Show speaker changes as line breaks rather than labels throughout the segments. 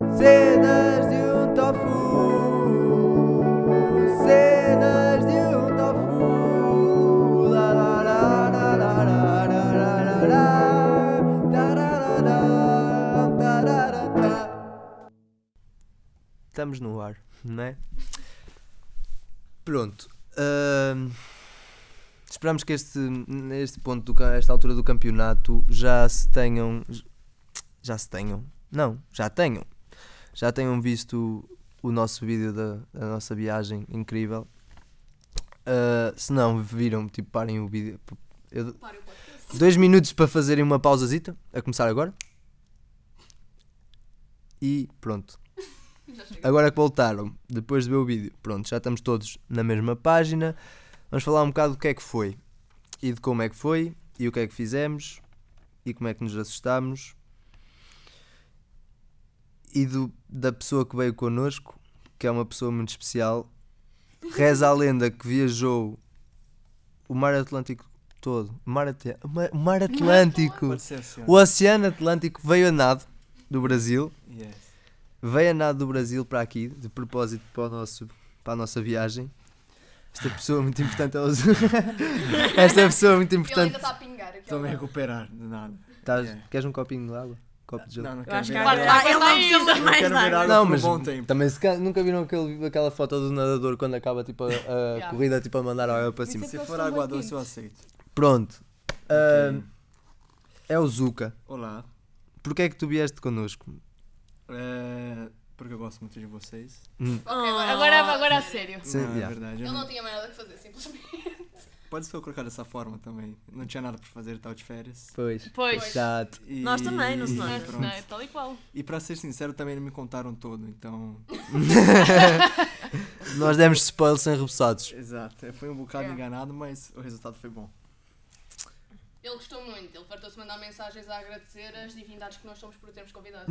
Cenas de um tofu. Cenas de um tofu. La, la, la, la, la, la, la, la, la, la. Tararara, tararara. Estamos no ar, não é? Pronto. ahm, esperamos que este, neste ponto, do, ca- esta altura do campeonato, já se tenham. Já se tenham. Não, já tenham. Já tenham visto o nosso vídeo da, da nossa viagem incrível. Ah, se não viram, tipo, parem o vídeo. Eu- dois minutos para fazerem uma pausazita, a começar agora. E pronto. Agora que voltaram, depois de ver o vídeo, pronto, já estamos todos na mesma página. Vamos falar um bocado do que é que foi e de como é que foi e o que é que fizemos e como é que nos assustámos e do- da pessoa que veio connosco, que é uma pessoa muito especial. Reza a lenda que viajou o mar Atlântico todo, o mar, Ate- o mar- o mar Atlântico,
Pode ser, senhor.
Hum. o Oceano Atlântico veio a nado do Brasil
Yes.
veio a nada do Brasil para aqui, de propósito para, o nosso, para a nossa viagem. Esta pessoa muito importante é o Zu- Esta pessoa é muito
Ele ainda
importante.
está a pingar aqui.
Estou-me a recuperar de nada.
Tás-
Yeah.
Queres um copinho de água? Copo de gelo?
Não, não
Eu
quero
acho que
ver.
Vai,
agora
vai,
ele
vai,
não precisa
ele-
Não
mais
quero ver
nada.
água
Não,
por
mas tá-
um bom tempo.
também se ca- nunca viram aquele- aquela foto do nadador quando acaba tipo, a, a corrida tipo, a mandar a água para cima.
é
Se for água doce, eu aceito.
Pronto. Ah,
Ok.
é o Zuka.
Olá.
Porquê é que tu vieste connosco?
É, Porque eu gosto muito de vocês.
Ok, agora, agora, agora a sério.
Sim,
não,
yeah.
é verdade. eu
Ah. Ele
não-
não tinha mais nada que fazer, simplesmente.
Pode ser colocado dessa forma também. Não tinha nada para fazer, tal de férias.
Pois.
Pois.
Chato.
E-
Nós também, não se nota.
e
Não, não, é
pronto.
tal e qual.
E para ser sincero, também não me contaram todo, então.
Nós demos spoilers sem repousados.
Exato. Eu fui um bocado
É.
Yeah.
enganado, mas o resultado foi bom.
Ele gostou muito, ele fartou-se mandar mensagens a agradecer as divindades que nós somos por termos convidado.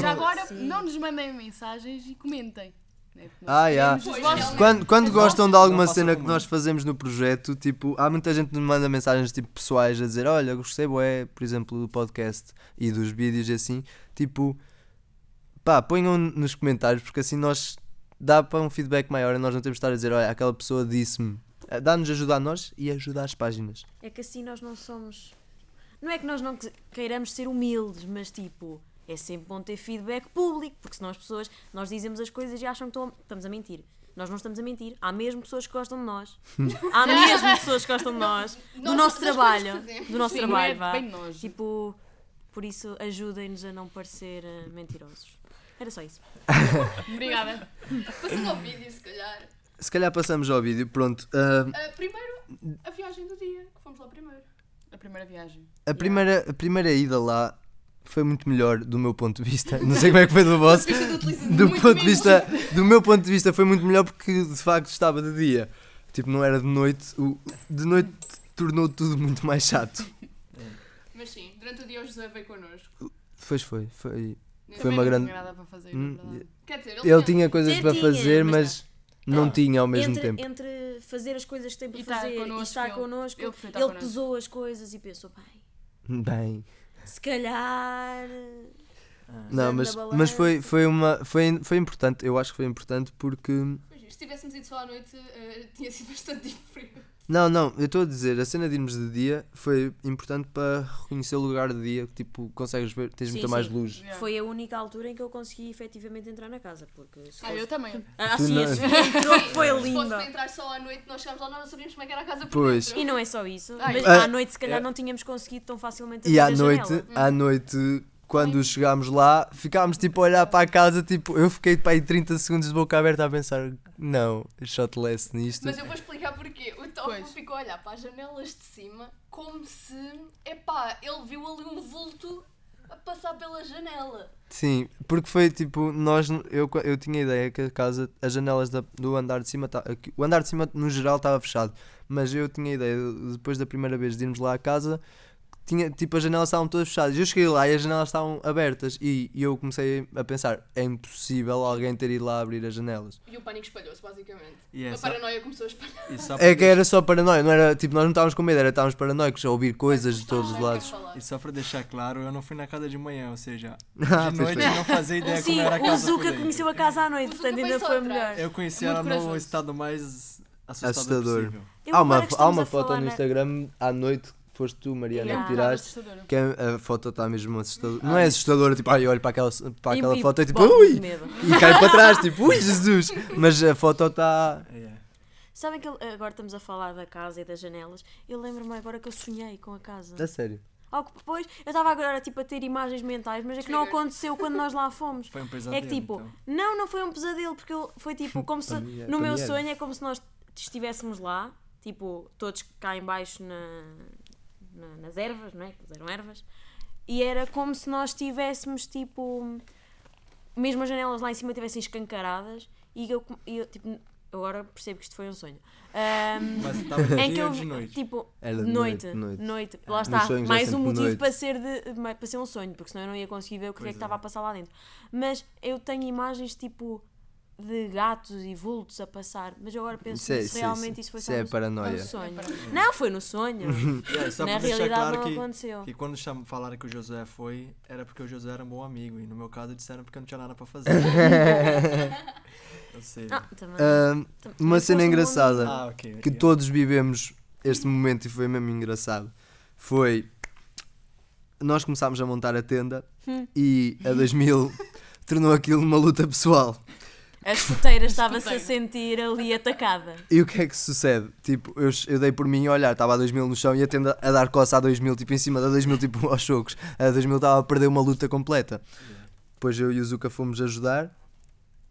Já agora, não nos mandem mensagens e comentem. né? Porque nós
Ah, yeah.
queremos os vossos-
Quando, quando gostam de alguma
não façam
cena que
como
nós
eu.
fazemos no projeto, tipo, há muita gente que me manda mensagens tipo, pessoais a dizer: Olha, gostei, é, por exemplo, do podcast e dos vídeos e assim. Tipo, pá, ponham nos comentários, porque assim nós dá para um feedback maior e nós não temos de estar a dizer: Olha, aquela pessoa disse-me. Eh, Dá-nos ajuda a nós e ajuda às páginas.
É que assim nós não somos. Não é que nós não que- queiramos ser humildes, mas tipo, é sempre bom ter feedback público, porque senão as pessoas, nós dizemos as coisas e acham que estão- estamos a mentir. Nós não estamos a mentir. Há mesmo pessoas que gostam de nós. Há mesmo pessoas que gostam de nós. Do
nós-
nosso
das coisas que
trabalho.
fazemos.
Do nosso
Sim, não é
trabalho, vá.
bem nós.
Tipo, por isso ajudem-nos a não parecer eh, mentirosos. Era só isso.
Obrigada. Passando ao um vídeo, se calhar.
Se calhar passamos ao vídeo, pronto. ah,
Ah, primeiro, a viagem do dia, que fomos lá primeiro. A primeira viagem.
a, primeira, a primeira ida lá foi muito melhor do meu ponto de vista. Não sei como é que foi do vosso. do ponto de vista do meu ponto de vista foi muito melhor porque de facto estava de dia tipo não era de noite o, de noite tornou tudo muito mais chato
Mas sim, durante o dia o José veio connosco.
pois foi foi Foi
Eu também
uma
não
grande-
tinha nada para fazer,
Hum,
na verdade. Quer dizer, ele,
ele tinha coisas
Eu
para
tinha,
fazer
mas
mas não tinha ao mesmo
entre,
tempo
entre fazer as coisas que tem para
E estar
fazer e
connosco,
estar
ele-
connosco,
ele
ele,
foi estar connosco.
pesou as coisas e pensou, bem,
bem
se calhar.
não
Usando
mas
a
mas foi foi uma foi foi importante eu acho que foi importante porque
Pois, Se tivéssemos ido só à noite, eh, tinha sido bastante diferente.
não não eu estou a dizer a cena de irmos de dia foi importante para reconhecer o lugar de dia que tipo consegues ver tens
Sim,
muita mais
sim.
luz
Foi a única altura em que eu consegui efetivamente entrar na casa, porque se
Ah,
fosse-
eu também.
Ah, sim,
não-
a Sofia entrou, foi
Se fosse para
linda.
entrar só à noite, nós chegámos lá, nós não sabíamos como é que era a casa por
Pois.
dentro.
E não é só isso.
Ah,
mas
é.
à noite, se calhar, não tínhamos conseguido tão facilmente
E à
abrir a
noite,
janela. Hum.
à noite, quando chegámos lá, ficámos tipo a olhar para a casa, tipo, eu fiquei para aí 30 segundos de boca aberta a pensar, não, shotless nisto.
Mas eu vou explicar porquê. O Tofu
Pois.
ficou a olhar para as janelas de cima como se, epá, ele viu ali um vulto a passar pela janela.
Sim, porque foi tipo, nós, eu, eu tinha a ideia que a casa, as janelas da- do andar de cima, tá, aqui- o andar de cima no geral estava fechado, mas eu tinha a ideia, depois da primeira vez de irmos lá à casa, tinha, tipo, as janelas estavam todas fechadas. Eu cheguei lá e as janelas estavam abertas. E, e eu comecei a pensar: é impossível alguém ter ido lá abrir as janelas.
E o pânico espalhou-se, basicamente.
E é
a
só,
paranoia começou a espalhar.
e só
É
para
que era só paranoia, não era tipo, nós não estávamos com medo, era estávamos paranoicos a ouvir coisas de todos os
Ah,
é
quero
lados.
falar.
E só pra deixar claro, eu não fui na casa de manhã, ou seja,
Ah,
de
pois
noite
foi.
eu não fazia ideia
Um Sim,
como era a
o
casa.
Zuka
por aí.
conheceu a casa à noite,
O Zuka
portanto
foi
ainda
só
foi
atrás.
melhor.
Eu conheci
Muito
ela no
corajoso.
estado mais assustador,
Assustador.
possível.
Eu
Há uma,
agora que
há
estamos
uma
a
foto
falar
no
na-
Instagram à noite que foste tu, Mariana,
Yeah.
que tiraste.
Assustadora.
Que é a, a foto está mesmo assustadora. não é assustadora, tipo, ai, olho para aquela, para
E-
aquela
e
foto e tipo,
bom, de
ui!
medo.
E cai para trás, tipo, ui, Jesus! Mas a foto está.
É, é.
Sabem que eu- agora estamos a falar da casa e das janelas. Eu lembro-me agora que eu sonhei com a casa.
A sério.
Ao que depois, eu estava agora tipo a ter imagens mentais, mas é que não
Trigger.
aconteceu quando nós lá fomos.
Foi um
É
pesadelo,
que tipo,
então.
não, não foi um pesadelo, porque eu- foi tipo, como se,
Para mim é-
no
para
meu
mim era.
sonho é como se nós estivéssemos lá, tipo, todos cá em baixo na, na- nas ervas, não é? Porque eram ervas, e era como se nós estivéssemos tipo, mesmo as janelas lá em cima estivessem escancaradas, e eu, e eu, tipo, agora percebo que isto foi um sonho. Ahm,
Mas estava
É
de
em que
dia
eu
ou de noite.
tipo
Era de
noite,
noite, noite.
noite, lá está,
sonhos é
mais um
sempre
motivo
noite.
para ser de ma- para ser um sonho, porque senão eu não ia conseguir ver o que é que
Pois é.
estava a passar lá dentro. Mas eu tenho imagens tipo de gatos e vultos a passar, mas eu agora penso
Isso é,
se
isso é-
realmente isso foi
isso é
só um- um
paranoia.
sonho.
É paranoia.
Não, foi no sonho.
tipo,
Yeah, só
Na
pra deixar
realidade
claro
não
que,
aconteceu.
que quando cham- falaram que o José foi, era porque o José era um bom amigo. E no meu caso disseram porque eu não tinha nada pra fazer. Ou seja.
Ah, também. um
Ahm, uma
Depois do
cena
mundo-
engraçada.
Ah, ok.
que
ok.
todos vivemos este momento e foi mesmo engraçado. Foi. Nós começámos a montar a tenda e a 2000 tornou aquilo uma luta pessoal.
A chuteira estava-se a
Escuteira.
sentir ali atacada.
E o que é que sucede? Tipo, eu, ch- eu dei por mim a olhar, estava a 2000 no chão e a tenda a dar coça a 2000, tipo em cima da 2000, tipo aos chocos. A 2000 estava a perder uma luta completa. Depois eu e o Zuka fomos ajudar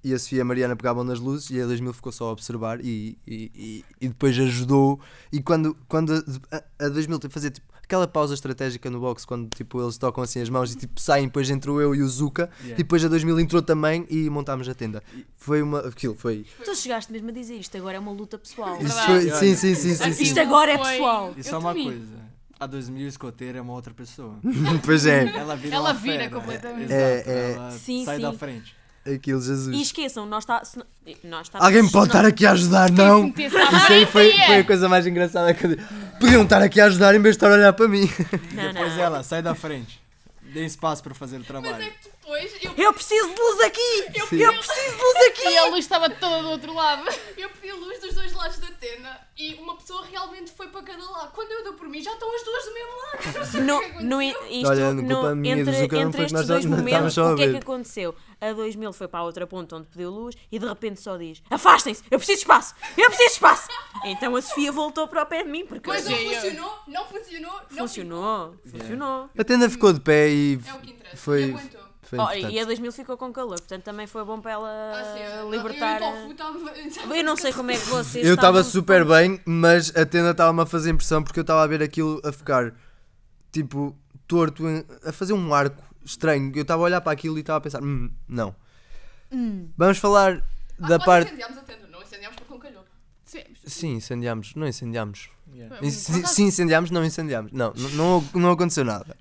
e a Sofia e a Mariana pegavam nas luzes e a 2000 ficou só a observar e, e, e, e depois ajudou. E quando, quando a, a- a 2000 tem que fazer tipo. Aquela pausa estratégica no box quando tipo, eles tocam assim as mãos e tipo saem, depois entrou eu e o Zuka
Yeah.
e depois a 2000 entrou também e montámos a tenda. Foi uma. Aquilo foi.
Tu chegaste mesmo a dizer isto agora é uma luta pessoal.
Isso
Verdade.
foi sim, sim, sim, sim, sim.
Isto agora é
Foi-
pessoal.
E
Eu
só uma
tremi.
coisa. A 2000 escoteira é uma outra pessoa.
Pois é,
Ela vira
Ela
uma
vira
fera.
completamente.
É, exato,
É, é.
Ela
Sim,
sai
sim.
da frente.
aquilo
E
Jesus.
esqueçam, nós está se- nós está-
Alguém me pode
nós-
estar aqui a ajudar, não?
Quem se metesse à
Isso aí foi,
frente é-
foi a coisa mais engraçada que eu disse. Podiam estar aqui a ajudar em vez de estar a olhar para mim.
Não, não.
é,
Depois ela sai da frente. Dê espaço pra eu fazer o
Mas é
trabalho.
que depois eu,
Eu preciso de luz aqui! Eu,
Sim.
preciso de luz
e a
aqui!
luz estava toda do outro lado. Eu pedi a luz dos dois lados da tenda e uma pessoa realmente foi para cada lado. Quando eu dou por mim, já estão as duas do mesmo lado. Eu não sei o
No,
que é que
no,
aconteceu.
isto,
Olha,
no-
culpa minha do
entre,
Zucca não
entre
foi que nós
estes dois
não- não estávamos
momentos,
só a
o que é
ver.
que aconteceu? A 2000 foi para a outra ponta onde pediu luz e de repente só diz: Afastem-se! Eu preciso de espaço! Eu preciso de espaço! Então a Sofia voltou para o pé de mim porque
Mas não
Sim.
funcionou, não funcionou, é, não
funcionou. Funcionou.
A tenda ficou de pé e
É o que interessa.
foi,
E aguentou.
foi
Oh, e a
importante.
2000 ficou com calor, portanto também foi bom para ela
Ah, sim, eu-
libertar.
Eu,
a-
e o tofu tava- então-
Eu não sei como é que vocês.
Eu estava
estavam-
super bem, mas a tenda estava-me a fazer impressão porque eu estava a ver aquilo a ficar tipo torto, em- a fazer um arco estranho. Eu estava a olhar para aquilo e estava a pensar: "Hum, não.
Hum.
Vamos falar
Ah,
da
nós
parte.
incendiámos a tenda, não incendiámos porque não calhou.
Sim, incendiámos, não incendiámos.
Yeah.
Hum,
Se,
por acaso-
se incendiámos, não incendiámos. Não, n- não, não aconteceu nada.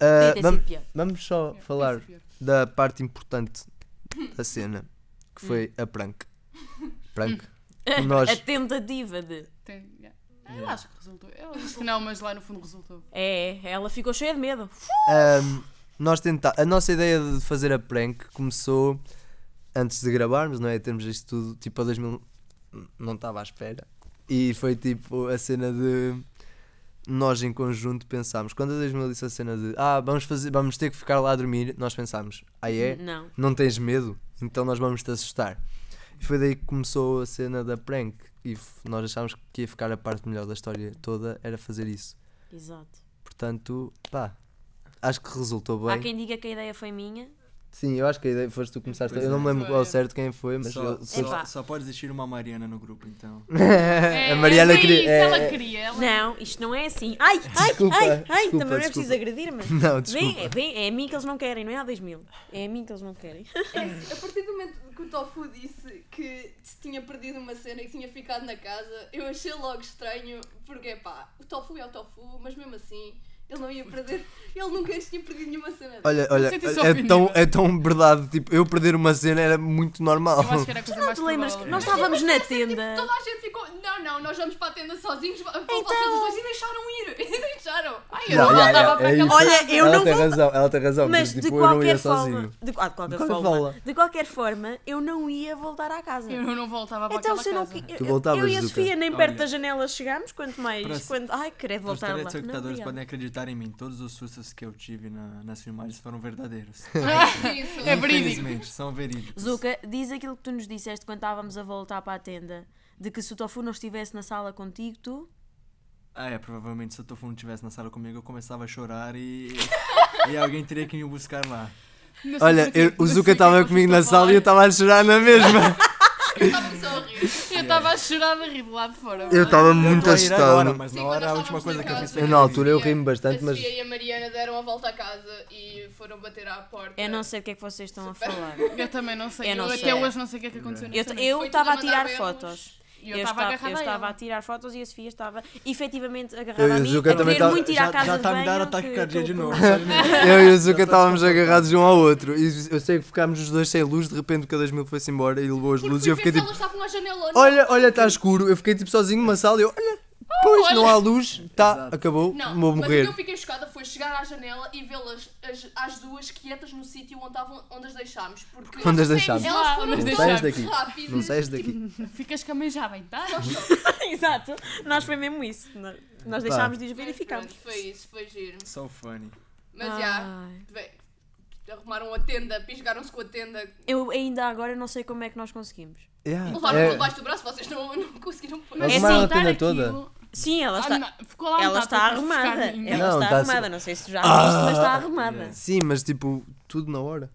Ah,
Podia ter
vam-
sido pior.
vamos só falar
Podia ser pior.
da parte importante da cena, que foi
Hum.
a prank. Prank. Nós,
A tentativa de.
Tem- yeah. Ah, Eu acho que resultou. Eu acho que não, mas lá no fundo resultou.
É, ela ficou cheia de medo.
ahm, nós tenta a nossa ideia de fazer a prank começou antes de gravarmos, não é? Termos isto tudo, tipo, a 2000 não estava à espera. E foi tipo a cena de nós em conjunto pensámos, quando a 2000 disse a cena de ah, vamos, fazer, vamos ter que ficar lá a dormir, nós pensámos, ah é?
Não.
não tens medo, então nós vamos te assustar. E foi daí que começou a cena da prank. E f- nós achámos que ia ficar a parte melhor da história toda era fazer isso.
Exato.
Portanto, pá, acho que resultou bem.
Há quem diga que a ideia foi minha.
Sim, eu acho que a ideia foste tu que começaste.
Pois
Eu não me
é.
lembro
Foi.
ao certo quem foi, mas
Só,
eu-
só-
Epá.
só pode existir uma Mariana no grupo, então.
É,
a Mariana
é,
queria.
Isso,
é-
ela
é-
queria. Ela...
Não, isto não é assim. Ai, ai,
Desculpa,
ai, ai,
desculpa,
também não é preciso
desculpa.
agredir-me.
Não,
Vem, é,
desculpa.
vem, é a mim que eles não querem, não é a 2000. É a mim que eles não querem.
A partir do momento que o Tofu disse que se tinha perdido uma cena e tinha ficado na casa, eu achei logo estranho, porque pá, o Tofu é o Tofu, mas mesmo assim Ele não ia perder. Ele nunca tinha perdido nenhuma cena.
Olha, olha,
senti-se
é
ofendida.
tão, é tão verdade. Tipo, eu perder uma cena era muito normal.
Eu acho que era a coisa
Não
mais
te lembras que
provável. Tipo,
nós estávamos na tenda?
Toda a gente ficou. Não, não, nós vamos para a tenda sozinhos. Então... Vocês os dois e deixaram ir. E deixaram.
Ai, eu
Yeah,
não
yeah,
voltava
yeah,
para
é
aquela
isso.
Olha, eu
ela
não
tem
vou-
razão, ela tem razão.
Mas
porque,
de
tipo, eu não ia
qualquer forma.
sozinho.
De, ah,
De
de qualquer
qualquer
forma.
forma.
De qualquer forma, eu não ia voltar à casa.
Eu não voltava para
Então
aquela
se eu não.
casa.
eu-
Tu voltavas,
eu e a
Zuka.
Sofia nem perto
Olha.
da janela chegámos, quanto
Para
mais.
se-
Quando... Ai, quero
Os
é
voltar lá.
tá
Não,
telespectadores podem
obrigada.
acreditar em mim. Todos os sustos que eu tive na- nas filmagens foram verdadeiros.
Isso.
É verídico.
Infelizmente, são verídicos.
Zuka, diz aquilo que tu nos disseste quando estávamos a voltar para a tenda. De que se o Tofu não estivesse na sala contigo, tu.
Ah, é, provavelmente se o Tofu não estivesse na sala comigo, eu começava a chorar e. e alguém teria que me buscar lá.
Não sei
Olha,
porquê,
eu- o
não sei
Zuka
porquê,
estava
mas
comigo
eu
na
estava
sala e eu estava a chorar na mesma.
Estavam só a rir.
Eu estava a chorar de rir de lá de fora.
Eu estava
Eu
muito
tô a ir agora,
assustado.
mas
Sim,
na
quando
hora
nós
a última
estávamos
coisa
na
que eu
casa,
pensei.
Eu,
que
na
eu
altura eu
Sofia-
ri-me bastante,
a
mas.
Sofia e a Mariana deram a volta à casa e foram bater à porta.
Eu não sei do que é que vocês estão a falar.
Eu também não sei.
Eu
Eu,
não sei.
até hoje não sei o que é que aconteceu.
Eu-
nessa noite.
Eu
Foi
estava a
tudo mandar
tirar
ver-nos.
fotos.
E eu estava
estava-
agarrada
eu
a
estava
ela.
a tirar fotos e a Sofia estava efetivamente
Eu e
agarrada
a
a mim, a
Zuka também
querer
tá-
muito ir
já,
à casa
já
de
tá me
banho,
dando
que-
ataque
que
cardíaco de
eu tô-
novo.
Eu e o Zuka estávamos agarrados um ao outro. E eu sei que ficámos os dois sem luz, de repente cada mil foi-se embora e levou as
Porque
luzes e eu
fui
fiquei
ver se
tipo.
elas estavam à janela. não.
Olha, olha, está escuro. Eu fiquei tipo sozinho numa sala e eu, olha, pois não
olha.
há luz, tá,
Exato.
acabou,
Não,
vou
mas o que
morrer.
eu fiquei chocada foi chegar à janela e vê-las as, as duas quietas no sítio onde, estavam- onde as deixámos. Porque
Quando as deixámos.
elas foram
Não
tão
saias
daqui.
rápidas.
Não saias daqui.
Ficas com a mãe já bem, tá?
Exato, nós foi mesmo isso. Nós, nós
Tá.
Pá.
deixámos de os
Mas
verificarmos.
pronto, Foi isso, foi giro.
Sou funny.
Mas já,
Ai.
ve- arrumaram a tenda, pisgaram-se com a tenda,
Eu ainda agora não sei como é que nós conseguimos.
Yeah,
levaram
é-
por debaixo do braço, vocês não, não conseguiram pôr. Tipo,
Mas
É
arrumaram
assim,
a tenda
Aquilo-
toda.
Sim, ela está,
Ah, não, Ficou lá um
ela
tato
está
para
arrumada.
ficar ainda.
Ela
Não,
está
tá-
assim.
arrumada. Não sei se tu já viste, mas
Ah.
está arrumada.
Sim, mas tipo, tudo na hora.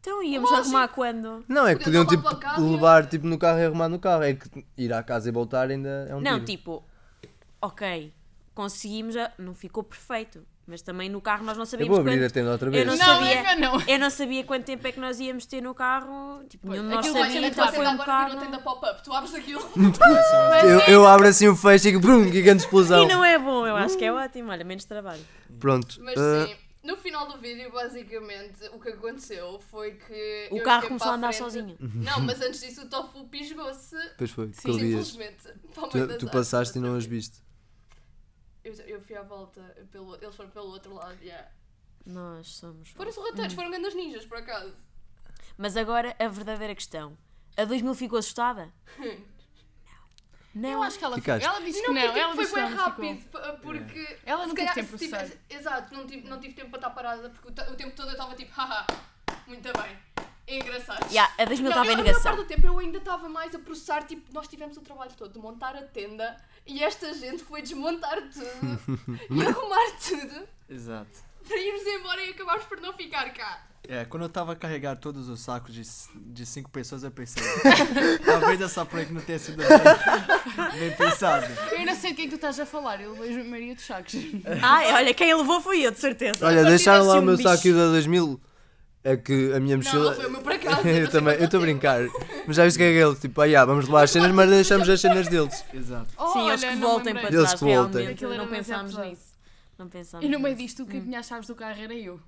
Então íamos
Lógico.
arrumar
assim?
quando?
Não, é que podiam
Podiam levar
tipo,
para o carro e-
levar tipo, no carro e arrumar no carro. É que ir à casa e voltar ainda é um
Não,
tiro.
tipo, ok, conseguimos, a- não ficou perfeito, mas também no carro nós não
Eu
sabíamos
vou abrir a
quanto-
tenda outra
Eu
vez.
não,
Não,
sabia,
Eva, não.
eu não sabia quanto tempo é que nós íamos ter no carro. Tipo, nenhum de nós
Aquilo
Aquilo vai
sabia,
ser
então foi um
agora virou
bocado.
tenda pop-up. Tu abres aquilo.
Eu, eu abro assim o fecho e brum, gigante explosão.
é E não é bom, eu acho que é
Uh.
ótimo, olha, menos trabalho.
Pronto.
Mas
ah,
sim, no final do vídeo, basicamente, o que aconteceu foi que.
O
eu
carro começou
fiquei para
a andar
frente.
sozinho.
Hum. Uhum.
Não, mas antes disso o tofu pisgou-se.
Depois foi, aquele dia.
Simplesmente. para o meio
Tu,
das
tu
árvores.
passaste e não as viste.
Eu, eu fui à volta, pelo, eles foram pelo outro lado. Yeah.
Nós somos.
Foram sorrateiros,
Uhum.
foram grandes ninjas, por acaso.
Mas agora a verdadeira questão. A 2000 ficou assustada? Não.
Eu acho que ela
Ficaste.
ficou. Ela disse que
Não,
não.
porque
Ela
foi
disse que
bem
não ficou.
rápido, p- porque...
Ela
se
não teve
calhar,
tempo
se
de processar.
tivesse- Exato, não tive, não tive tempo para estar parada, porque o, ta- o tempo todo eu estava tipo, haha, muito bem, é engraçado.
Yeah, a 2000
Não,
estava em
eu, a maior parte
negação.
do tempo eu ainda estava mais a processar, tipo, nós tivemos o trabalho todo de montar a tenda e esta gente foi desmontar tudo e arrumar tudo
Exato.
para irmos embora e acabarmos por não ficar cá.
É, quando eu tava a carregar todos os sacos de, c- de cinco pessoas, eu pensei. talvez essa prank não tenha sido bem, bem pensada.
Eu não sei o que é que tu estás a falar. Eu vejo a maioria dos sacos.
Ai, olha, quem levou fui eu, de certeza.
Olha, deixaram lá
tivesse
o
um
meu
bicho.
saco da 2000. É que a minha mochila.
assim Não, foi o meu para casa.
eu também, eu estou a brincar. Mas já viste que é aquele? Tipo, ah, já, vamos levar as cenas, mas deixamos as cenas deles.
Exato.
Oh,
Sim, eles
olha,
que
não me
voltem para
lembrei.
Eles
trás,
que voltem.
realmente.
Aquilo era
Não
demasiado
pensámos
pesado.
nisso. Não pensámos
E no meio
nisso.
disto, quem tinha as chaves do carro era eu.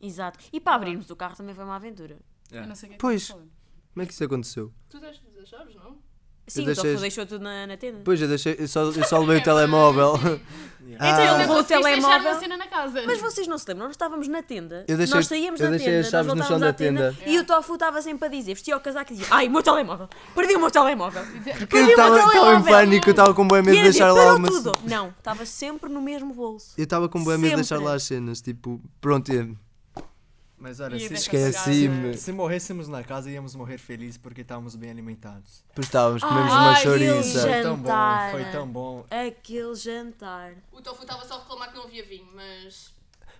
Exato. E para abrirmos o carro também foi uma aventura.
Eu não sei o que é que
Pois.
estás a falar.
Como é que isso aconteceu?
Tu deste-nos as chaves, não?
Sim, o
deixei-
Tofu deixou tudo na, na tenda.
Pois eu deixei, eu só, eu só levei
É
o telemóvel. Ah,
Então ele levou o
Vocês deixaram assim
telemóvel.
a cena na casa.
Mas vocês não se lembram, nós estávamos na tenda,
Eu deixei-
nós saíamos
eu
da
deixei
tenda,
as chaves no
nós
chão
voltávamos
da
à tenda,
tenda.
e o Tofu estava sempre a dizer, vestia o casaco e dizia, ai, o meu telemóvel, perdi o meu telemóvel.
Porque eu estava estava em
telemóvel.
pânico, eu estava com boa
E
medo de
era dizer,
deixar lá
parou
uma.
tudo. Não, estava sempre no mesmo bolso.
Eu estava com boa medo de deixar
Sempre.
lá as cenas, tipo, pronto, eu
Mas olha,
E
se,
deixa-
esqueci-me.
se morrêssemos na casa, íamos morrer felizes porque estávamos bem alimentados.
Depois estávamos, comemos uma
Ai,
chouriça.
eu
Foi tão bom,
Jantar.
foi tão bom.
Aquele jantar.
O Tofu estava só a reclamar que não havia vinho, mas.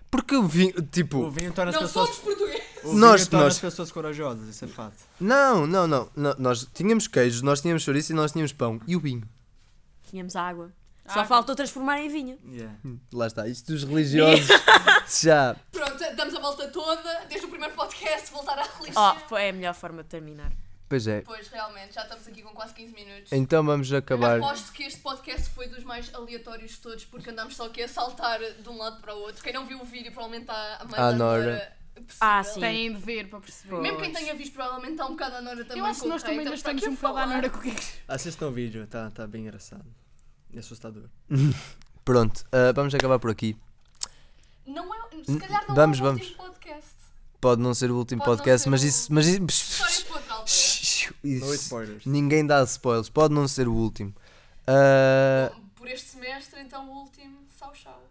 Porque o vinho,
O
tipo,
vinho torna as
Não somos
pessoas.
portugueses!
O vinho
Nós-
torna
nós-
as pessoas corajosas, isso é fato.
não, não, não, não, Nós tínhamos queijos, nós tínhamos chouriça e nós tínhamos pão. E o vinho?
Tínhamos água. Só
Água.
faltou transformar em vinho.
Yeah.
Lá está, isto dos religiosos já.
Pronto, damos a volta toda, desde o primeiro podcast, voltar à religião.
Ah.
Oh, foi a melhor forma de terminar.
Pois é.
Pois, realmente, já estamos aqui com quase 15 minutos.
Então vamos acabar.
Aposto que este podcast foi dos mais aleatórios de todos, porque andámos só aqui a saltar de um lado para o outro. Quem não viu o vídeo provavelmente está a mais
À
Nora.
Nora.
possível.
Ah, sim.
Têm de ver para perceber.
Pois.
Mesmo quem tenha visto provavelmente está um bocado à Nora também.
Eu acho que
com
nós
quem,
também ainda
para
estamos
que
um bocado à
falar?
Nora com o que é que-
Assistam o vídeo, tá, tá bem engraçado. E assustador.
Pronto, ah, vamos acabar por aqui.
Não é, se calhar não
Vamos,
é o
vamos.
último podcast.
Pode não ser o último
Pode não
podcast,
ser
mas
o-
isso. Mas isso,
Histórias para outra altura.
Isso-
No spoilers.
Ninguém dá spoilers, pode não ser o último. Ah,
Bom, Por este semestre, então o último, tchau, tchau.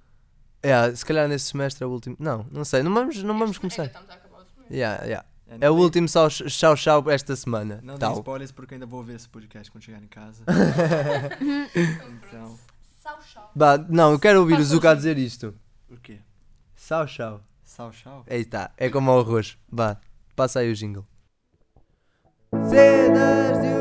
é, se calhar neste semestre é o último. Não, não sei, não vamos, não vamos
Este-
começar.
Ainda É, estamos a acabar o semestre.
Yeah, yeah.
não
É o
tem-
último sau- tchau tchau esta semana.
Não tem
Tchau.
spoilers porque eu ainda vou ver esse podcast quando chegar em casa. então,
Tchau, tchau.
Bah, não, eu quero ouvir o
Faça
Zuka a
assim.
dizer isto.
o quê?
Tchau tchau.
Sal, tchau.
Aí tá, é como ao arroz. Vá, passa aí o jingle. Cenas de um